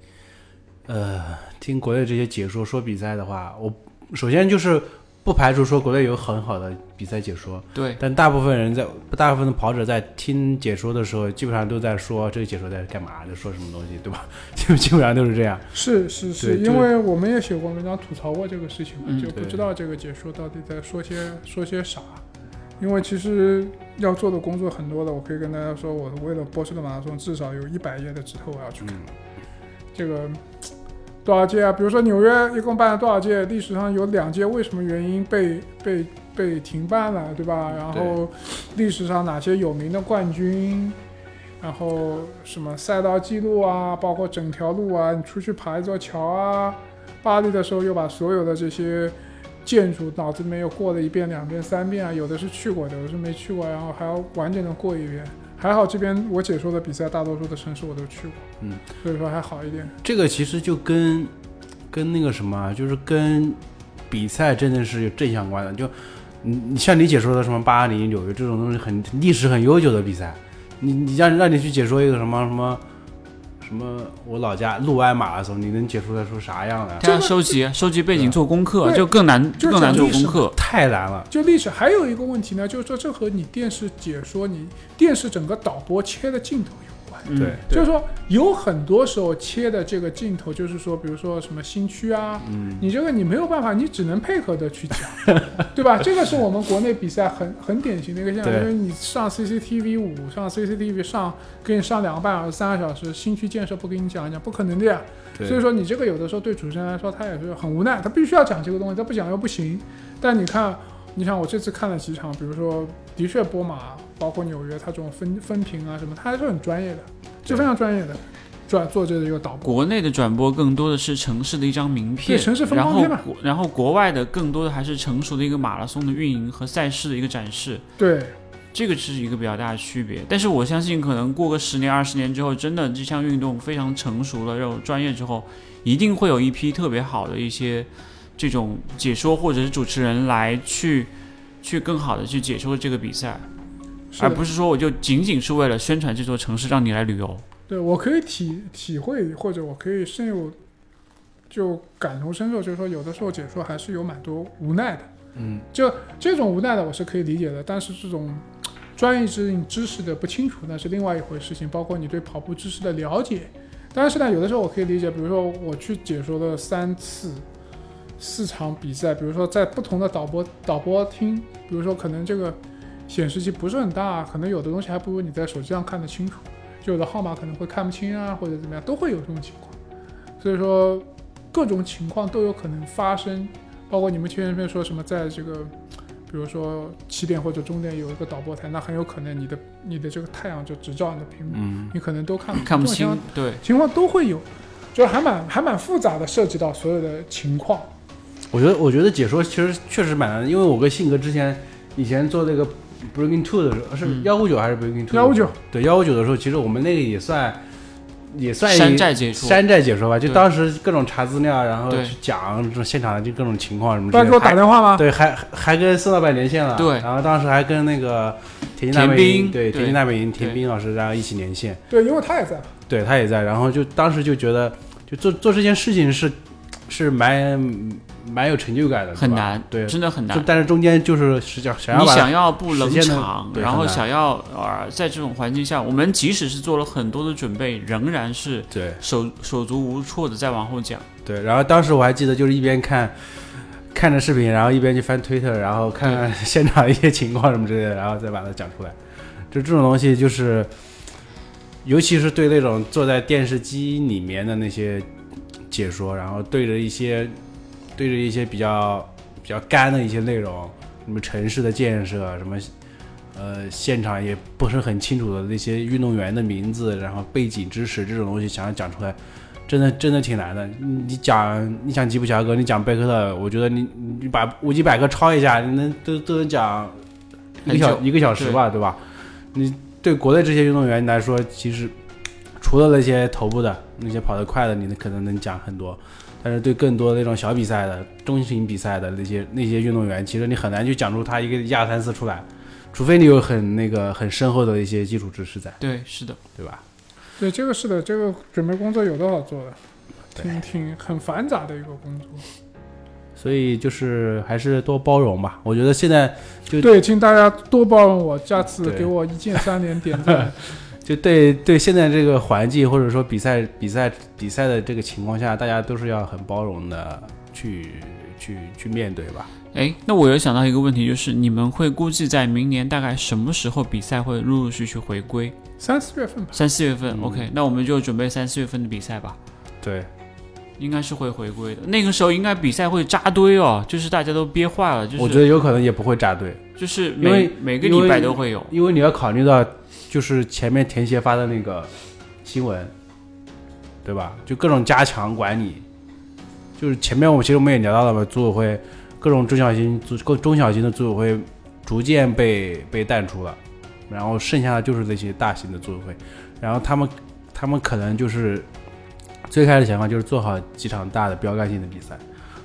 A: 呃，听国内这些解说说比赛的话，我首先就是不排除说国内有很好的比赛解说，
B: 对，
A: 但大部分人在大部分的跑者在听解说的时候，基本上都在说这个解说在干嘛，在说什么东西，对吧？ *laughs* 就基本上都是这样。
C: 是是是，
A: 对就
C: 因为我们也写过文章吐槽过这个事情嘛，
B: 嗯
C: 就不
A: 对
C: 知道这个解说到底在说些说些啥。因为其实要做的工作很多的，我可以跟大家说，我为了波士顿马拉松至少有一百页的指头我要去看。
A: 嗯
C: 这个多少届啊？比如说纽约一共办了多少届？历史上有两届为什么原因被被被停办了，对吧？然后历史上哪些有名的冠军？然后什么赛道记录啊，包括整条路啊，你出去爬一座桥啊。巴黎的时候又把所有的这些建筑脑子里面又过了一遍、两遍、三遍啊，有的是去过的，有的是没去过，然后还要完整的过一遍。还好这边我解说的比赛，大多数的城市我都去过，
A: 嗯，
C: 所以说还好一点。
A: 这个其实就跟跟那个什么啊，就是跟比赛真的是有正相关的。就你你像你解说的什么巴黎、纽约这种东西很，历史很悠久的比赛，你你让让你去解说一个什么什么什么我老家六安马拉松，你能解说得出啥样来？
B: 他要收集收集背景做功课，啊
C: 对
B: 就更难
C: 就是
B: 更难做
C: 历史
B: 功
C: 嘛
B: 课。
A: 太难了。
C: 就历史还有一个问题呢，就是说这和你电视解说、你电视整个导播切的镜头有关。
B: 嗯
A: 对，
C: 就是说有很多时候切的这个镜头，就是说，比如说什么新区啊，
A: 嗯，
C: 你这个你没有办法，你只能配合的去讲，对吧？这个是我们国内比赛很很典型的一个现象，
A: 对
C: 因为你上 CCTV 五、上 CCTV 上给你上两个半小时、三个小时，新区建设不给你讲一讲，不可能的呀。
A: 对
C: 所以说你这个有的时候对主持人来说他也是很无奈，他必须要讲这个东西，他不讲又不行。但你看，你想我这次看了几场，比如说的确波马，包括纽约，他这种分分屏啊什么，他还是很专业的，是非常专业的，专做这个一个导播。
B: 国内的转播更多的是城市的一张名片，
C: 对城市风
B: 然
C: 光
B: 后
C: 片嘛
B: 国然后国外的更多的还是成熟的一个马拉松的运营和赛事的一个展示，
C: 对，
B: 这个是一个比较大的区别。但是我相信，可能过个十年二十年之后，真的这项运动非常成熟了，又专业之后，一定会有一批特别好的一些这种解说或者是主持人来去去更好的去解说这个比赛，
C: 是
B: 而
C: 的
B: 不是说我就仅仅是为了宣传这座城市让你来旅游。
C: 对我可以体体会，或者我可以深有就感同身受，就是说有的时候解说还是有蛮多无奈的，
A: 嗯，
C: 就这种无奈的我是可以理解的，但是这种专业知知识的不清楚那是另外一回事情，包括你对跑步知识的了解，但是呢，有的时候我可以理解，比如说我去解说了三次。四场比赛，比如说在不同的导播导播厅，比如说可能这个显示器不是很大，可能有的东西还不如你在手机上看得清楚。就有的号码可能会看不清啊，或者怎么样，都会有这种情况。所以说，各种情况都有可能发生，包括你们前面说什么，在这个，比比如说起点或者终点有一个导播台，那很有可能你的你的这个太阳就直照你的屏幕，
A: 嗯，
C: 你可能都看
B: *laughs* 看不
C: 这种情
B: 清
C: 况，
B: 对，
C: 情况都会有，就是还蛮还蛮复杂的，涉及到所有的情况。
A: 我觉得我觉得解说其实确实蛮难的，因为我跟信哥之前以前做那个 Breaking Two 的时候呃是
B: 嗯
A: 幺五九还是 Breaking Two？
C: 159
A: 对幺五九的时候，其实我们那个也算也算
B: 山
A: 一
B: 寨解说，
A: 山寨解说吧，就
B: 对
A: 当时各种查资料，然后
B: 对
A: 去讲这种现场的就各种情况什么之
C: 不然
A: 类
C: 给我
A: 的。
C: 打
A: 还
C: 电话吗？
A: 对，还还跟孙老板连线了，
B: 对
A: 然后当时还跟那个田径大
B: 田
A: 本营，
B: 兵
A: 对
B: 对
A: 田径大本营田
B: 对
A: 兵老师，然后一起连线，
C: 对，因为他也在嘛。
A: 对他也在，然后就当时就觉得，就做做这件事情是是蛮蛮有成就感的，
B: 很
A: 对吧
B: 难，
A: 对，
B: 真的很难
A: 就。但是中间就是实想想要
B: 你
A: 把它
B: 想要不冷
A: 实现的
B: 场，
A: 对
B: 然后
A: 很难
B: 想要呃，在这种环境下，我们即使是做了很多的准备，仍然是
A: 对
B: 手手足无措的在往后讲。
A: 对，然后当时我还记得就是一边看。看着视频，然后一边去翻推特，然后看看 *laughs* 现场一些情况什么之类的，然后再把它讲出来。就这种东西，就是尤其是对那种坐在电视机里面的那些解说，然后对着一些对着一些比较比较干的一些内容，什么城市的建设，啊什么呃现场也不是很清楚的那些运动员的名字，然后背景知识这种东西，想要讲出来，真的真的挺难的。你你讲你讲吉普乔格，你讲贝克特，我觉得你你把维基百科抄一下，你能都都能讲一个
B: 很
A: 小
B: 久
A: 一个小时吧，对吧？你对国内这些运动员来说，其实除了那些头部的、那些跑得快的，你可能能讲很多。但是对更多那种小比赛的、中型比赛的那些那些运动员，其实你很难去讲出他一个一二三四出来，除非你有很那个很深厚的一些基础知识在，
B: 对，是的，
A: 对吧？
C: 对，这个是的，这个准备工作有多少做的，
A: 对
C: 挺挺很繁杂的一个工作。
A: 所以就是还是多包容吧。我觉得现在就
C: 对，请大家多包容我，下次
A: 对
C: 给我一键三
A: *laughs*
C: 连点赞。
A: 就对对现在这个环境或者说比赛比赛比赛的这个情况下，大家都是要很包容的去去去面对吧。
B: 哎，那我有想到一个问题，就是你们会估计在明年大概什么时候比赛会陆陆续续回归？
C: 三四月份吧，
B: 三四月份、
A: 嗯
B: o k 那我们就准备三四月份的比赛吧，
A: 对，
B: 应该是会回归的。那个时候应该比赛会扎堆哦，就是大家都憋坏了，就是
A: 我觉得有可能也不会扎堆，
B: 就是
A: 因
B: 每
A: 为
B: 每个
A: 因为
B: 礼拜都会有，
A: 因为你要考虑到就是前面田协发的那个新闻，对吧？就各种加强管理，就是前面我们其实我们也聊到了嘛，组委会各种中小型组各中小型的组委会逐渐被被淡出了，然后剩下的就是那些大型的组委会，然后他们他们可能就是最开始想法就是做好几场大的标杆性的比赛，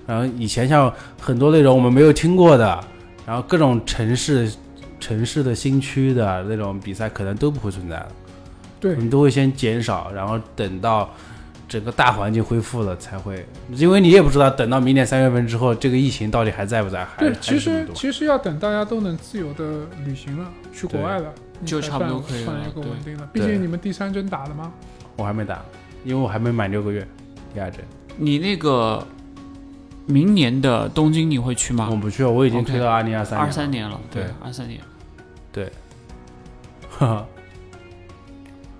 A: 然后以前像很多那种我们没有听过的，然后各种城市城市的新区的那种比赛可能都不会存在了，
C: 对
A: 我，们都会先减少，然后等到整个大环境恢复了才会，因为你也不知道等到明年三月份之后，这个疫情到底还在不在，还
C: 对
A: 还，
C: 其
A: 是这么
C: 实
A: 多。
C: 其实要等大家都能自由的旅行了，去国外了，你
B: 就
C: 才
B: 差不多
C: 算
B: 可以了
C: 算一个
B: 对
C: 稳定的。毕
A: 对
C: 竟你们第三针打了吗？
A: 我还没打，因为我还没满六个月，第二针
B: 你那个明年的东京你会去
A: 我
B: 吗？
A: 不去，我已经
B: OK
A: 推到二零二三
B: 二三年了，
A: 对，
B: 二三年。
A: *laughs* 了，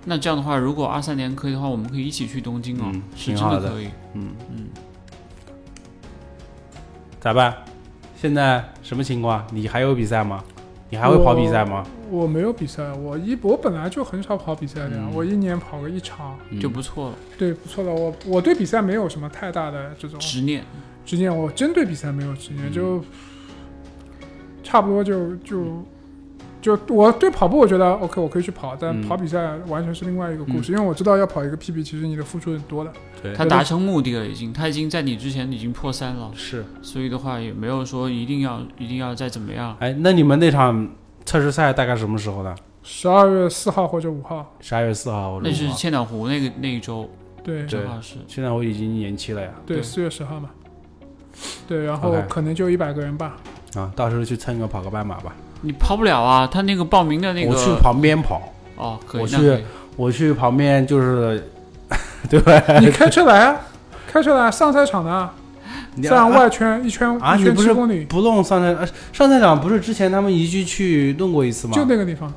B: 那这样的话，如果二三年可以的话，我们可以一起去东京哦，
A: 嗯
B: 是
A: 挺
B: 真
A: 好的
B: 可以。
A: 嗯
B: 嗯，
A: 咋办？现在什么情况？你还有比赛吗？你还会跑比赛吗？
C: 我没有比赛，我一我本来就很少跑比赛的呀，
A: 嗯
C: 我一年跑个一场。
A: 嗯
B: 就不错了，
C: 对，不错的，我我对比赛没有什么太大的这种
B: 执念。
C: 执念，我真对比赛没有执念，
A: 嗯
C: 就差不多就就就我对跑步，我觉得 OK，我可以去跑，但
A: 嗯
C: 跑比赛完全是另外一个故事，因为我知道要跑一个 PB，其实你的付出很多的。
A: 对
B: 他达成目的了，已经，他已经在你之前已经破三了，
A: 是。
B: 所以的话也没有说一定要一定要再怎么样。
A: 哎，那你们那场测试赛大概什么时候呢？
C: 十二月四号或者五号，
A: 十二月四号或者
B: 那
A: 五
B: 是
A: 号？
B: 千岛湖那个那一周，
C: 对
A: 对
B: 正好是
A: 现在我已经延期了呀。
C: 对，
B: 对
C: 四月十号嘛。对，然后
A: OK
C: 可能就一百个人
A: *laughs*
C: 吧。
A: 啊，到时候去蹭个跑个半马吧。
B: 你跑不了啊，他那个报名的那个
A: 我去旁边跑，
B: 哦，可以，
A: 我
B: 那
A: 去
B: 可以
A: 我去旁边就是， *laughs* 对吧？
C: 你开车来啊，开车来啊上赛场的啊，
A: 你
C: 赛场外圈一圈
A: 啊
C: 一
A: 你
C: 圈
A: 不
C: 七
A: 是
C: 公里，
A: 不弄上赛呃上赛场不是之前他们一局去弄过一次吗？
C: 就那个地方。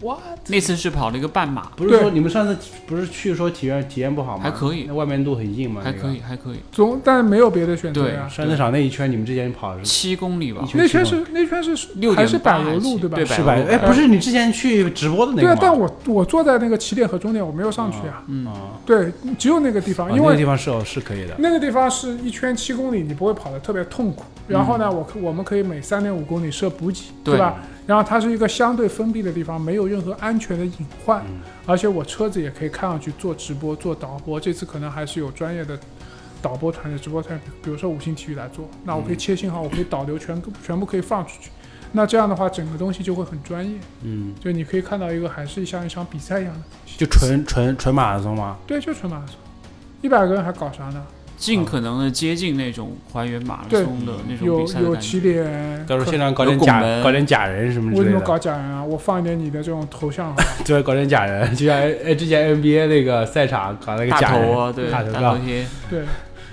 A: 哇，
B: 那次是跑了一个半马，
A: 不是说你们上次不是去说体验体验不好吗？
B: 还可以
A: 那外面路很硬嘛，
B: 还
A: 那个
B: 可以，。还可以，
C: 总但没有别的选择呀。
A: 山子场那一圈，你们之前跑的是
B: 七公里吧
A: 一，圈
C: 那圈是那圈是
B: 六
C: 还
B: 点
C: 是柏油路对吧？
B: 对，
A: 是
B: 柏
A: 吧？
B: 油路
A: 哎，不是你之前去直播的那
C: 对
A: 个
C: 啊
A: 吗？，
C: 但我我坐在那个起点和终点，我没有上去啊。
B: 嗯，
A: 啊，
C: 对，只有那个地
A: 啊
C: 方，
A: 那
C: 因
A: 个
C: 为
A: 地方是有是可以的。
C: 那个地方是一圈七公里，你不会跑得特别痛苦。然后呢，我可我们可以每三点五公里设补给，
B: 嗯对
C: 对吧？然后它是一个相对封闭的地方，没有任何安全的隐患，
A: 嗯
C: 而且我车子也可以看上去做直播、做导播。这次可能还是有专业的导播团队、直播团队，比如说五星体育来做。那我
B: 嗯
C: 可以切信号，我可以导流全部全部可以放出去。那这样的话，整个东西就会很专业，
A: 嗯，
C: 就你可以看到一个还是像一场比赛一样的东西。
A: 就纯纯纯马拉松吗？
C: 对，就纯马拉松，一百个人还搞啥呢？
B: 尽可能的接近那种还原马拉
C: 对
B: 松的那种
C: 有
B: 比赛的
C: 有
B: 感觉。
C: 起点，
A: 到时候现场搞
B: 有
A: 点
B: 拱
A: 假
B: 门
A: 搞点假人什么
C: 为
A: 之
C: 什
A: 类
C: 么
A: 的，
C: 搞假人啊？我放一点你的这种头像啊好吧，
A: *laughs* 对，搞点假人，就像哎哎之前 NBA 那个赛场搞那个
B: 大
A: 假
B: 头
A: 人
B: 啊，对，
A: 大
B: 大
A: 头
B: 头
A: 照，
B: 贴，
C: 对，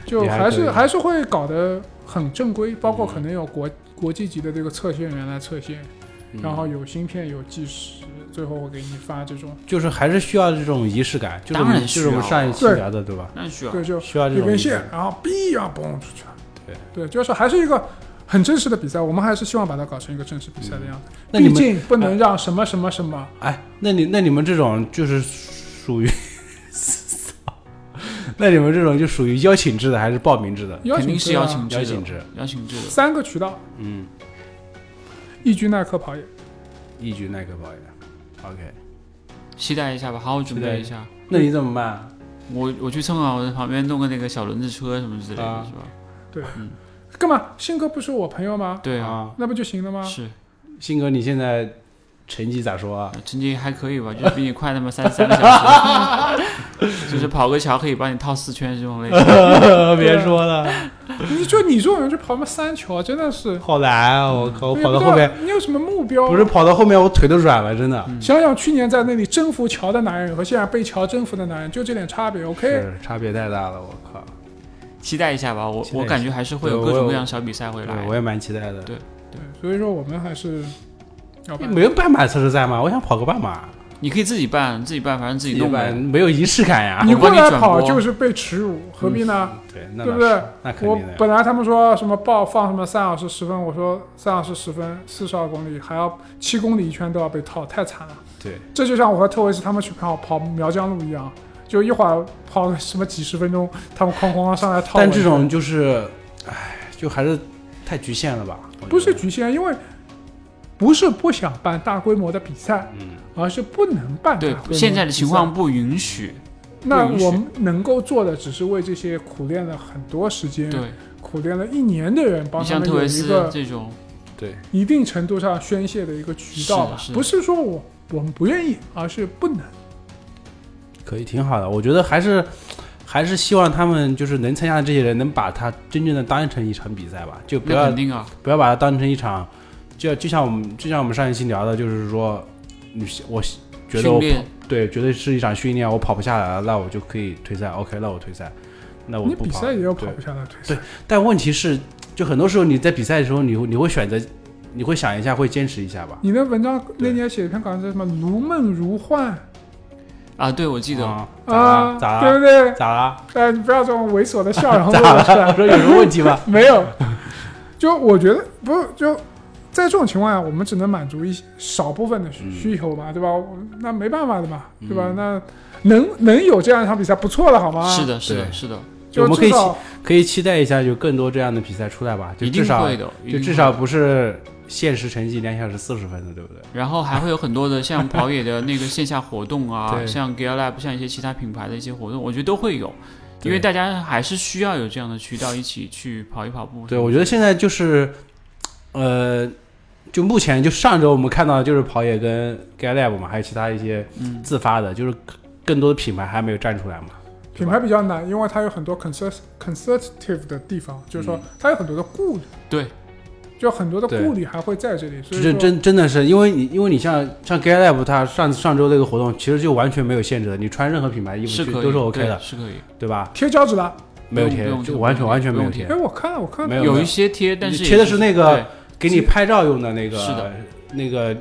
C: 就
A: 也还
C: 还是
A: 可以
C: 还是会搞得很正规，包括可能有国国际级的这个测线员来测线，
A: 嗯
C: 然后有芯片有计时，最后我给你发这种，
A: 就是还是需要这种仪式感，就是我
B: 当
A: 们
B: 然
A: 就是我们
B: 需要啊
A: 上一期
C: 对
A: 聊的对吧？
B: 那啊需要
C: 对，就
A: 需要这
C: 一
A: 种仪
C: 根
A: 式
C: 线
A: 感，
C: 然后 B 然后嘣出去了，
A: 对
C: 对，就是还是一个。很真实的比赛，我们还是希望把它搞成一个正式比赛的样子。
A: 嗯那你
C: 毕
A: 们
C: 竟不能让什么什么什么，
A: 哎，那你那你们这种就是属于， *laughs* 那你们这种就属于邀请制的还哎是报名制的？
C: 邀
B: 肯
C: 请
B: 定
C: 制
B: 嗯是
C: 啊
B: 邀请制的，
A: 邀请制
B: 邀请制的。
C: 三个渠道，
A: 嗯，
C: 易居耐克跑野。
A: 一局耐克保养。OK，
B: 期待一下吧，好好准备一下。
A: 那你怎么办？
B: 我我去蹭啊，我在旁边弄个那个小轮子车什么之类的，
A: 啊
B: 是吧？
C: 干嘛？信哥不是我朋友吗？
B: 对啊，
A: 啊，
C: 那不就行了吗？
B: 是
A: 鑫哥，你现在成绩咋说
B: *laughs*
A: 啊？
B: 呃成绩还可以吧，就是比你快那么三三个小时， *laughs* 就是跑个桥可以把你套四圈这种类型。
A: 别说 *laughs* 了，
C: 你就你这种人去跑什么三桥，啊真的是
A: 好难啊！我靠，我
C: 也
A: 跑
C: 哎不
A: 到
C: 知道
A: 后面，
C: 你有什么目标？
A: 不是，跑到后面，我腿都软了，真的。
C: 想想去年在那里征服桥的男人和现在被桥征服的男人，就这点差别。OK，
A: 是差别太大了，我靠！
B: 期待一下吧，我
A: 期待一下
B: 我感觉还是会有
A: 对
B: 各种
A: 我
B: 各样小比赛会
A: 对
B: 来，
A: 我。也蛮期待的。
B: 对
C: 对，所以说我们还是要办。
A: 没有半马测试赛吗？我想跑个半马，
B: 你可以自己办，自己办，反正自己
A: 一
B: 弄
A: 般
B: 呗。
A: 没有仪式感呀。
C: 你
B: 我帮
C: 过
B: 你
C: 来
B: 转
C: 跑
B: 播
C: 就是被耻辱，何必呢？
A: *laughs* 对，嗯那
C: 对不
A: 倒是
C: 对？
A: 那肯
C: 我
A: 定的呀。
C: 本来他们说什么报放什么三小时十分，我说三小时十分四十二公里，还要七公里一圈都要被套，太惨了。
A: 对，
C: 这就像我和特维斯他们去跑跑苗江路一样，就一会儿跑个什么几十分钟，他们哐哐哐上来套我一
A: 但
C: 顿。
A: 这种就是，唉，就还是太局限了吧？我觉得
C: 不是，局限，啊因为不是不想办大规模的比赛，
A: 嗯，
C: 而是不能办大规
B: 对
C: 模的，比赛
B: 现在的情况，不允许。
C: 那
B: 不允许
C: 我们能够做的只是为这些苦练了很多时间、
B: 对，
C: 苦练了一年的人，帮
B: 你
C: 他
B: 像
C: 们
B: 特
C: 有
B: 维
C: 一
B: 斯
C: 个
B: 这种，
A: 对，
C: 一定程度上宣泄的一个渠道吧
B: 是是。
C: 不是说我我们不愿意，而是不能。
A: 可以，挺好的。我觉得还是还是希望他们就是能参加的这些人，能把它真正的当成一场比赛吧，就不
B: 那
A: 要
B: 肯定啊，
A: 不要把它当成一场，就就像我们就像我们上一期聊的，就是说，你我觉得
B: 训
A: 我
B: 练
A: 对，绝对是一场训练，我跑不下来了，那我就可以退赛。OK，那我退赛，那我
C: 你
A: 不
C: 比
A: 跑
C: 赛
A: 了。
C: 也有
A: 对
C: 跑不下来退赛。
A: 但问题是，就很多时候你在比赛的时候，你会你会选择，你会想一下，会坚持一下吧。
C: 你的文章那
A: 对
C: 年写一篇稿子叫什么“如梦如幻
B: 啊，对我记得，
A: 啊”
C: 啊，
A: 咋
C: 对
A: 了？
C: 不对？
A: 咋了？
C: 哎，你不要这种猥琐的笑容
A: 咋
C: 露
A: 了？
C: 出
A: 咋
C: 来
A: 了？我说有什么问题吗？ *laughs*
C: *laughs* 没有，就我觉得不是就在这种情况下，我们只能满足一些少部分的需
A: 嗯
C: 需求嘛，对吧？我那没办法的嘛，对吧？
A: 嗯
C: 那能能有这样一场比赛，不错了，好吗？
B: 是，的，是的，
A: 对
B: 是的，
A: 我
C: 就
A: 们可
C: 至
A: 以
C: 少
A: 可以期待一下，有更多这样的比赛出来吧。就
B: 一
A: 至
B: 定
A: 少
B: 会的，一
A: 就
B: 定
A: 至
B: 会
A: 少
B: 的。
A: 不是现实成绩两小时四十分的，对不对？
B: 然后还会有很多的像跑野的那个线下活动啊，
A: *laughs* 对
B: 像 Gear Lab，像一些其他品牌的一些活动，我觉得都会有，因为
A: 对
B: 大家还是需要有这样的渠道一起去跑一跑步。
A: 对，我觉得现在就是，呃，就目前就上周我们看到就是跑野跟 g a Lab 嘛，还有其他一些
B: 嗯
A: 自发的，就是更多的品牌还没有站出来嘛。
C: 品牌比较难，因为它有很多 consert conservative 的地方，就是说
A: 嗯
C: 它有很多的顾虑，
B: 对，
C: 就很多的
A: 对
C: 顾虑还会在这里，所以
A: 真
C: 说
A: 真真的是，因为你因为你像像 g a Lab 它上上周那个活动其实就完全没有限制的，你穿任何品牌衣服
B: 是
A: 去
B: 可以，
A: 都是 OK
B: 对
A: 的，
B: 是可以。
A: 对吧？
C: 贴胶纸了。
A: 没有
B: 不用
A: 贴
B: 不用，
A: 就
B: 贴
A: 完全
B: 不用
A: 完全没有
B: 贴
A: 贴
C: 哎，，我看了，我看了，
A: 没有
B: 有一些贴，但
A: 你
B: 是
A: 贴
B: 也
A: 的是那个
B: 对
A: 给你拍照用的那个
B: 是的
A: 那个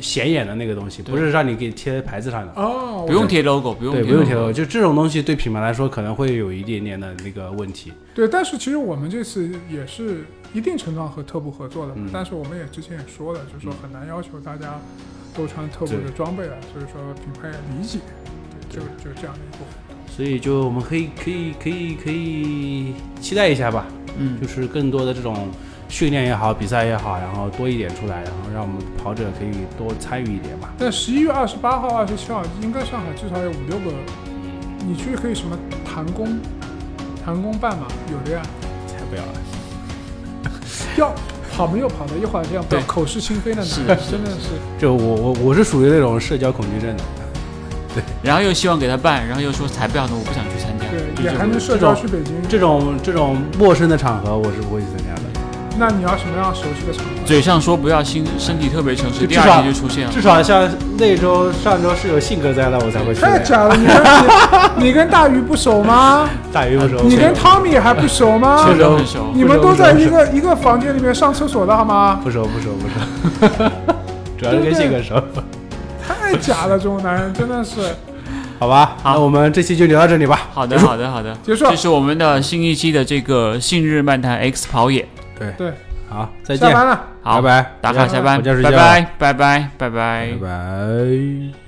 A: 显眼的那个东西，
B: 对
A: 不是让你给贴牌子上的。
C: 哦，
B: 不用贴 logo，不用
A: 对，不用贴
B: logo，
A: logo，就这种东西对品牌来说可能会有一点点的那个问题。
C: 对，但是其实我们这次也是一定程度上和特步合作的，
A: 嗯
C: 但是我们也之前也说了，就是说
A: 嗯
C: 很难要求大家都穿特步的
A: 对
C: 装备了，啊所以说品牌也理解，对，就
A: 对
C: 就这样的一部分。
A: 所以就我们可以可以可以可以期待一下吧，
B: 嗯
A: 就，是更多的这种训练也好，比赛也好，然后多一点出来，然后让我们跑者可以多参与一点吧。
C: 但十一月二十八号、二十七号，应该上海至少有五六个，
A: 嗯，
C: 你去可以什么弹弓、弹弓半马，有的呀。
A: 才不要了。
C: 要跑没有跑的，一会儿这样不要
B: 对
C: 口是心非的
B: 是
C: 呢，
B: 的是的
C: 真的是。
A: 就我我我是属于那种社交恐惧症的，
B: 然后又希望给他办，然后又说才不要呢，我不想去参加，
C: 对，
B: 就
C: 也
B: 这
C: 还能
B: 种
C: 社交去北京。
A: 这种这种陌生的场合我是不会去参加
B: 嗯
A: 的。
C: 那你要什么样熟悉的场合？
B: 嘴上说不要，心身体特别诚实，
A: 就
B: 第
A: 至少
B: 二天就出现了
A: 至。少像那周上周是有性格在的，我才会去的。
C: 太
B: 哎
C: 假了！你
A: *laughs*
C: 跟你跟大鱼不熟吗？
A: 大鱼不熟，
C: 你跟汤米还不熟吗
A: 确？实
B: 都很熟，
C: 你们都在一个一个房间里面上厕所的好吗？
A: 不熟不熟不熟，
B: *laughs*
A: 主要是跟性格熟。
C: 太假了，这种男人真的是。
A: 好吧，
B: 好
A: 那我们这期就聊到这里吧。
B: 好的，好的，好的，
C: 结束
B: 这是我们的新一期的这个信日漫谈 X 跑野，
A: 对
C: 对，
A: 好，再见
C: 下，班了。
B: 好，
A: 拜拜，
B: 打卡下班，
A: 回家睡
B: 拜
A: 觉
B: 拜，拜拜，拜拜，
A: 拜
B: 拜拜
A: 拜。